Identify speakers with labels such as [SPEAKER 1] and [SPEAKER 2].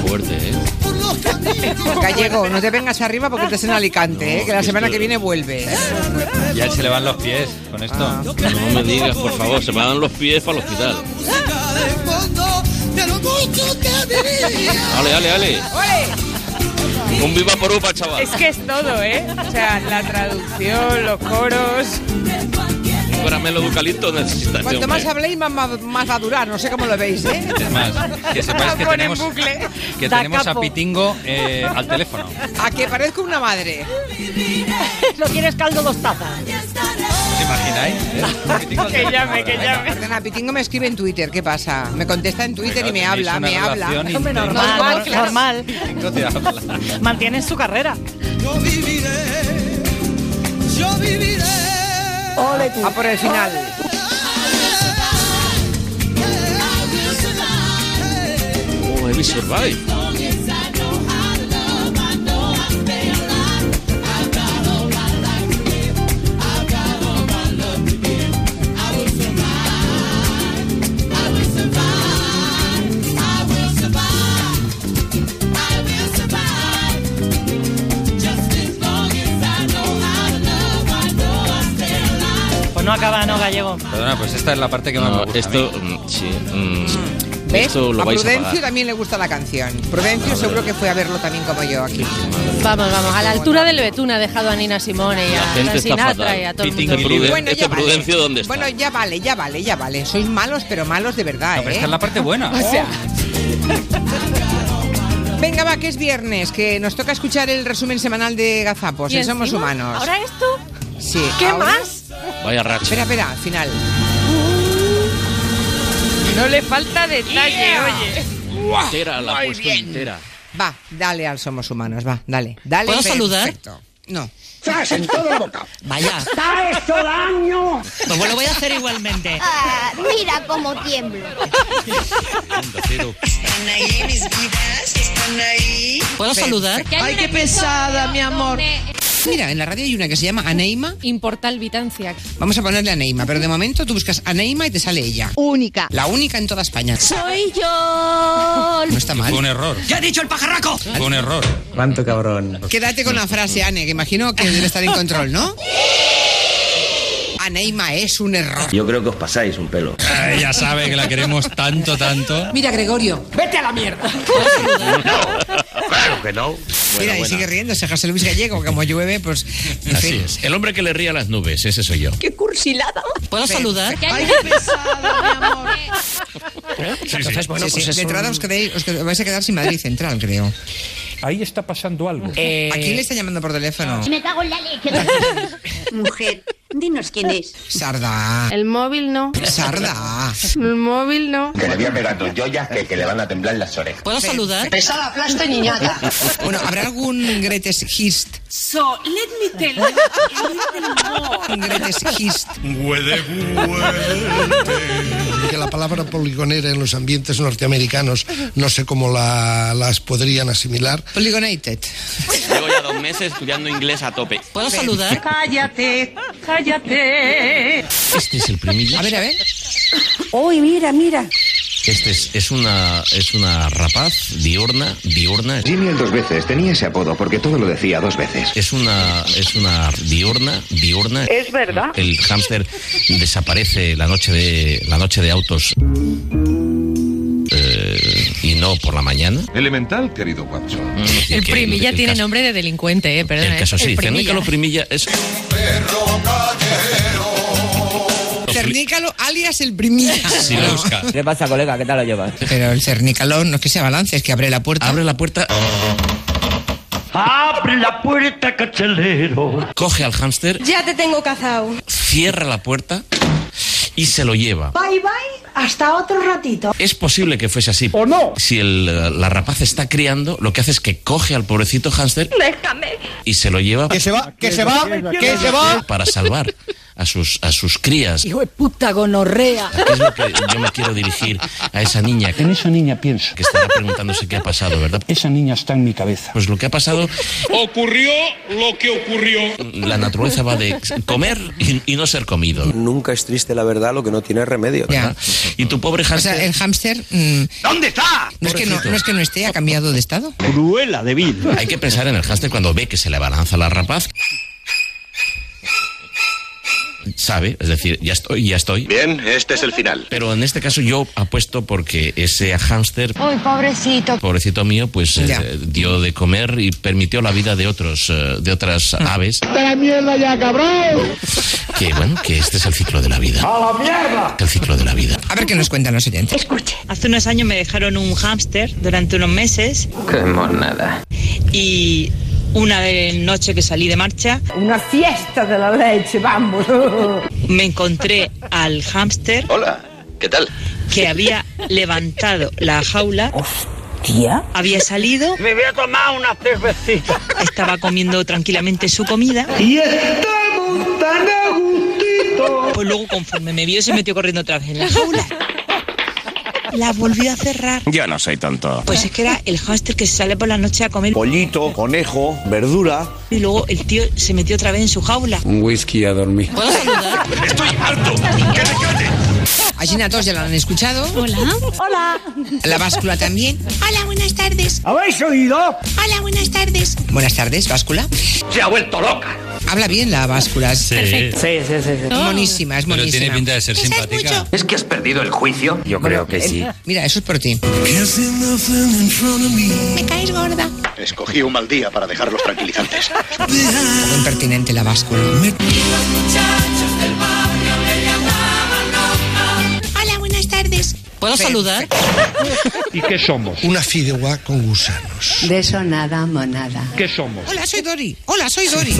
[SPEAKER 1] Muy fuerte, ¿eh?
[SPEAKER 2] Gallego, no te vengas arriba porque estás en Alicante, ¿eh? que la semana que viene vuelve.
[SPEAKER 3] Ya se le van los pies con esto.
[SPEAKER 1] No me digas, por favor, se me dan los pies para el hospital. Ale, ale, ale. Un viva por upa, chaval.
[SPEAKER 4] Es que es todo, ¿eh? O sea, la traducción, los coros.
[SPEAKER 1] Un caramelo de eucalipto necesitas.
[SPEAKER 2] Cuanto más habléis, más, más, más va a durar. No sé cómo lo veis, ¿eh?
[SPEAKER 3] Es más, que sepáis que
[SPEAKER 4] Lo pone en
[SPEAKER 3] tenemos,
[SPEAKER 4] bucle.
[SPEAKER 3] que
[SPEAKER 5] Da
[SPEAKER 3] tenemos a
[SPEAKER 5] capo.
[SPEAKER 3] Pitingo eh, al teléfono.
[SPEAKER 2] A que parezco una madre.
[SPEAKER 5] No quieres caldo dos tazas.
[SPEAKER 3] ¿Os imagináis? eh? Pitingo al
[SPEAKER 4] Que
[SPEAKER 3] teléfono.
[SPEAKER 4] llame, que
[SPEAKER 3] Venga.
[SPEAKER 4] llame.
[SPEAKER 2] Perdona, Pitingo me escribe en Twitter, ¿qué pasa? Me contesta en Twitter
[SPEAKER 3] Venga,
[SPEAKER 2] y me
[SPEAKER 3] tenéis
[SPEAKER 2] habla,
[SPEAKER 3] una
[SPEAKER 2] me habla.
[SPEAKER 3] relación
[SPEAKER 5] Hombre,
[SPEAKER 3] intensa.
[SPEAKER 5] normal,
[SPEAKER 2] Normal, claro.
[SPEAKER 5] normal.
[SPEAKER 3] Pitingo te habla.
[SPEAKER 5] Mantienes su carrera.
[SPEAKER 2] A por el final.
[SPEAKER 1] Oh, Heavy Survive.
[SPEAKER 5] Pues no acaba, no, gallego.
[SPEAKER 3] Perdona, pues esta es la parte que más me
[SPEAKER 1] No,
[SPEAKER 3] gusta. a mí.
[SPEAKER 1] esto, mm, sí, mm,
[SPEAKER 2] ¿Ves?
[SPEAKER 1] esto lo
[SPEAKER 2] a
[SPEAKER 1] vais a
[SPEAKER 2] Prudencio
[SPEAKER 1] pagar.
[SPEAKER 2] también le gusta la canción. Prudencio seguro que fue a verlo también como yo aquí.
[SPEAKER 6] Vamos, vamos, a la altura del Betún ha dejado a Nina Simone y
[SPEAKER 1] La
[SPEAKER 6] a
[SPEAKER 1] gente
[SPEAKER 6] Nancy
[SPEAKER 1] está
[SPEAKER 6] Sinatra
[SPEAKER 1] fatal.
[SPEAKER 6] y a todo el
[SPEAKER 1] Pitingo
[SPEAKER 6] mundo.
[SPEAKER 1] y Pruden- este
[SPEAKER 2] vale.
[SPEAKER 1] Prudencio, ¿dónde está?
[SPEAKER 2] Bueno, ya vale, ya vale, ya vale. Sois malos, pero malos de verdad,
[SPEAKER 3] No, pero
[SPEAKER 2] ¿eh?
[SPEAKER 3] esta es la parte buena.
[SPEAKER 2] O sea. Venga, va, que es viernes, que nos toca escuchar el resumen semanal de Gazapos,
[SPEAKER 6] Y
[SPEAKER 2] en Pues Somos
[SPEAKER 6] encima,
[SPEAKER 2] Humanos.
[SPEAKER 6] Ahora esto,
[SPEAKER 2] Sí,
[SPEAKER 6] ¿qué
[SPEAKER 2] ahora-
[SPEAKER 6] más?
[SPEAKER 1] Vaya racha.
[SPEAKER 2] Espera, espera, final.
[SPEAKER 4] No le falta detalle, oye.
[SPEAKER 1] Entera, la ha puesto entera.
[SPEAKER 2] Va, dale al Somos Humanos, va, dale. dale
[SPEAKER 7] ¿Puedo
[SPEAKER 2] Perfecto.
[SPEAKER 7] saludar?
[SPEAKER 2] No.
[SPEAKER 7] Vaya. ¡Está hecho daño! Pues lo voy a hacer igualmente.
[SPEAKER 8] Ah, mira cómo tiemblo.
[SPEAKER 9] Están ahí mis vidas, están ahí.
[SPEAKER 7] ¿Puedo saludar?
[SPEAKER 6] Ay, qué pesada, mi amor.
[SPEAKER 2] Mira, en la radio hay una que se llama Aneima.
[SPEAKER 6] Importal Vitancia.
[SPEAKER 2] Vamos a ponerle Aneima, pero de momento tú buscas Aneima y te sale ella.
[SPEAKER 8] Única.
[SPEAKER 2] La única en toda España.
[SPEAKER 6] Soy yo.
[SPEAKER 2] No está
[SPEAKER 3] Fue un
[SPEAKER 2] mal.
[SPEAKER 3] error.
[SPEAKER 7] ¿Qué ha dicho el pajarraco?
[SPEAKER 3] Fue un error.
[SPEAKER 10] ¿Cuánto cabrón?
[SPEAKER 2] Quédate con la frase, Ane, que imagino que debe estar en control, ¿no? Aneima es un error.
[SPEAKER 10] Yo creo que os pasáis un pelo.
[SPEAKER 3] Ay, ya sabe que la queremos tanto, tanto.
[SPEAKER 2] Mira, Gregorio.
[SPEAKER 10] Claro que no.
[SPEAKER 2] Mira, y sigue riéndose José Luis Gallego, como llueve, pues. en
[SPEAKER 1] Así
[SPEAKER 2] fin.
[SPEAKER 1] es. El hombre que le ríe a las nubes, ese soy yo.
[SPEAKER 7] ¿Puedo saludar?
[SPEAKER 2] Ay,
[SPEAKER 6] qué pesada, mi amor.
[SPEAKER 10] Entonces, bueno,
[SPEAKER 2] Sí, sí,
[SPEAKER 10] pues es
[SPEAKER 2] de entrada
[SPEAKER 10] un-
[SPEAKER 2] os, quedéis- os qued- vais a quedar sin Madrid Central, creo.
[SPEAKER 11] Ahí está pasando algo.
[SPEAKER 2] ¿A quién le está llamando por teléfono?
[SPEAKER 8] Me cago en la leche.
[SPEAKER 9] Mujer, dinos quién es.
[SPEAKER 2] Sarda.
[SPEAKER 6] El móvil no.
[SPEAKER 2] Sarda.
[SPEAKER 6] El móvil no.
[SPEAKER 10] Que le voy a pegar dos joyas que, que le van a temblar las orejas.
[SPEAKER 7] ¿Puedo saludar?
[SPEAKER 9] Pesada, plasta y niñada.
[SPEAKER 2] Bueno, ¿habrá algún Gretes Hist?
[SPEAKER 4] So, let me tell you a little more.
[SPEAKER 2] Un Gretes Hist.
[SPEAKER 12] Que la palabra poligonera en los ambientes norteamericanos no sé cómo la- las podrían asimilar.
[SPEAKER 2] Polygonated.
[SPEAKER 1] Llevo ya dos meses estudiando inglés a tope.
[SPEAKER 7] ¿Puedo saludar?
[SPEAKER 4] Cállate, cállate.
[SPEAKER 1] Este es el primillo.
[SPEAKER 2] A ver, a ver.
[SPEAKER 9] Uy, mira, mira.
[SPEAKER 1] Este es, es una es una rapaz diurna, diurna.
[SPEAKER 10] Jimmy el dos veces tenía ese apodo porque todo lo decía dos veces.
[SPEAKER 1] Es una es una diurna, diurna.
[SPEAKER 4] Es verdad.
[SPEAKER 1] El hámster desaparece la noche de la noche de autos. Eh, y no por la mañana.
[SPEAKER 11] Elemental, querido Watson.
[SPEAKER 1] Mm, es decir,
[SPEAKER 6] El
[SPEAKER 1] que
[SPEAKER 6] primilla
[SPEAKER 1] el
[SPEAKER 6] tiene
[SPEAKER 1] caso-
[SPEAKER 6] nombre de delincuente, eh, perdón.
[SPEAKER 1] El caso sí, dice,
[SPEAKER 6] primilla.
[SPEAKER 1] Nícalo Primilla es
[SPEAKER 2] Cernícalo alias el primilla.
[SPEAKER 1] si lo buscas.
[SPEAKER 10] ¿Qué pasa, colega? ¿Qué tal lo llevas?
[SPEAKER 2] Pero el cernícalo no es que se abalance, es que abre la puerta.
[SPEAKER 1] Abre la puerta.
[SPEAKER 11] Abre la puerta, cachalero.
[SPEAKER 1] coge al hámster. Ya te tengo cazado. Cierra la puerta y se lo lleva.
[SPEAKER 9] Bye, bye. Hasta otro ratito.
[SPEAKER 1] Es posible que fuese así.
[SPEAKER 11] ¿O no?
[SPEAKER 1] Si el, eh, la rapaz está criando, lo que hace es que coge al pobrecito hámster
[SPEAKER 9] Déjame.
[SPEAKER 1] y se lo lleva
[SPEAKER 11] se va, que se va, que se va.
[SPEAKER 1] para salvar a sus, a sus crías.
[SPEAKER 13] Hijo de puta gonorrea.
[SPEAKER 1] Aquí es lo que yo me quiero dirigir a esa niña. En esa niña pienso. Que estará preguntándose qué ha pasado, ¿verdad? Esa niña está en mi cabeza. Pues lo que ha pasado,
[SPEAKER 11] Ocurrió lo que ocurrió.
[SPEAKER 1] la naturaleza va de comer y, y no ser comido. Nunca es triste la verdad lo que no tiene remedio. Y tu pobre
[SPEAKER 2] O
[SPEAKER 1] hámster...
[SPEAKER 2] sea, el hámster. ¿Dónde está? No es, que no,
[SPEAKER 1] Pobrecito.
[SPEAKER 2] no es que no esté, ha cambiado de estado.
[SPEAKER 1] Cruela de vida. Hay que pensar en el hámster cuando ve que se le abalanza la rapaz. Sabe, es decir, ya estoy, ya estoy. Bien, este es el final. Pero en este caso yo apuesto porque ese hámster,
[SPEAKER 8] Uy, pobrecito.
[SPEAKER 1] pobrecito mío, pues eh,
[SPEAKER 8] Ya.
[SPEAKER 1] dio de comer y permitió la vida de otros, eh, de otras aves.
[SPEAKER 11] la mierda ya, cabrón!
[SPEAKER 1] Que bueno, que este es el ciclo de la vida.
[SPEAKER 11] ¡A la mierda!
[SPEAKER 1] El ciclo de la vida.
[SPEAKER 2] A ver qué nos cuentan los oyentes.
[SPEAKER 14] Escuche. Hace unos años me dejaron un hámster durante unos meses
[SPEAKER 15] Qué monada.
[SPEAKER 14] y una de noche que salí de marcha
[SPEAKER 16] Una fiesta de la leche, vamos.
[SPEAKER 14] me encontré al hámster. Hola, ¿qué tal? Que había levantado la jaula.
[SPEAKER 16] Tía.
[SPEAKER 14] Había salido. Me voy a tomar una cervecita. Estaba comiendo tranquilamente su comida.
[SPEAKER 16] Y estamos tan a gustito.
[SPEAKER 14] Pues luego, conforme me vio, se metió corriendo otra vez en la jaula. La volvió a cerrar.
[SPEAKER 17] Yo no soy tonto.
[SPEAKER 14] Pues es que era el hámster que sale por la noche a comer.
[SPEAKER 17] Pollito, conejo, verdura.
[SPEAKER 14] Y luego el tío se metió otra vez en su jaula.
[SPEAKER 17] Un whisky a dormir.
[SPEAKER 2] Estoy harto. ¡Que te calle! Allina, todos ya la han escuchado. Hola. Hola. La báscula también.
[SPEAKER 16] Hola, buenas tardes. ¿Habéis oído? Hola, buenas tardes.
[SPEAKER 2] Buenas tardes, báscula.
[SPEAKER 16] Se ha vuelto loca.
[SPEAKER 2] Habla bien la báscula. es-
[SPEAKER 3] Sí. Perfecto. Sí,
[SPEAKER 2] Es Monísima, es
[SPEAKER 3] Pero
[SPEAKER 2] monísima.
[SPEAKER 3] tiene pinta de ser simpática.
[SPEAKER 17] ¿Es que has perdido el juicio? Yo creo que sí.
[SPEAKER 2] Mira, eso es por ti.
[SPEAKER 16] Me caes gorda.
[SPEAKER 10] Escogí un mal día para dejar los tranquilizantes.
[SPEAKER 2] Poco impertinente la báscula.
[SPEAKER 16] Hola, buenas tardes.
[SPEAKER 2] ¿Puedo saludar?
[SPEAKER 12] ¿Y qué somos? Una fideuá con gusanos.
[SPEAKER 9] De eso nada, monada.
[SPEAKER 12] ¿Qué somos?
[SPEAKER 2] Hola, soy Dori. Hola, soy Dori.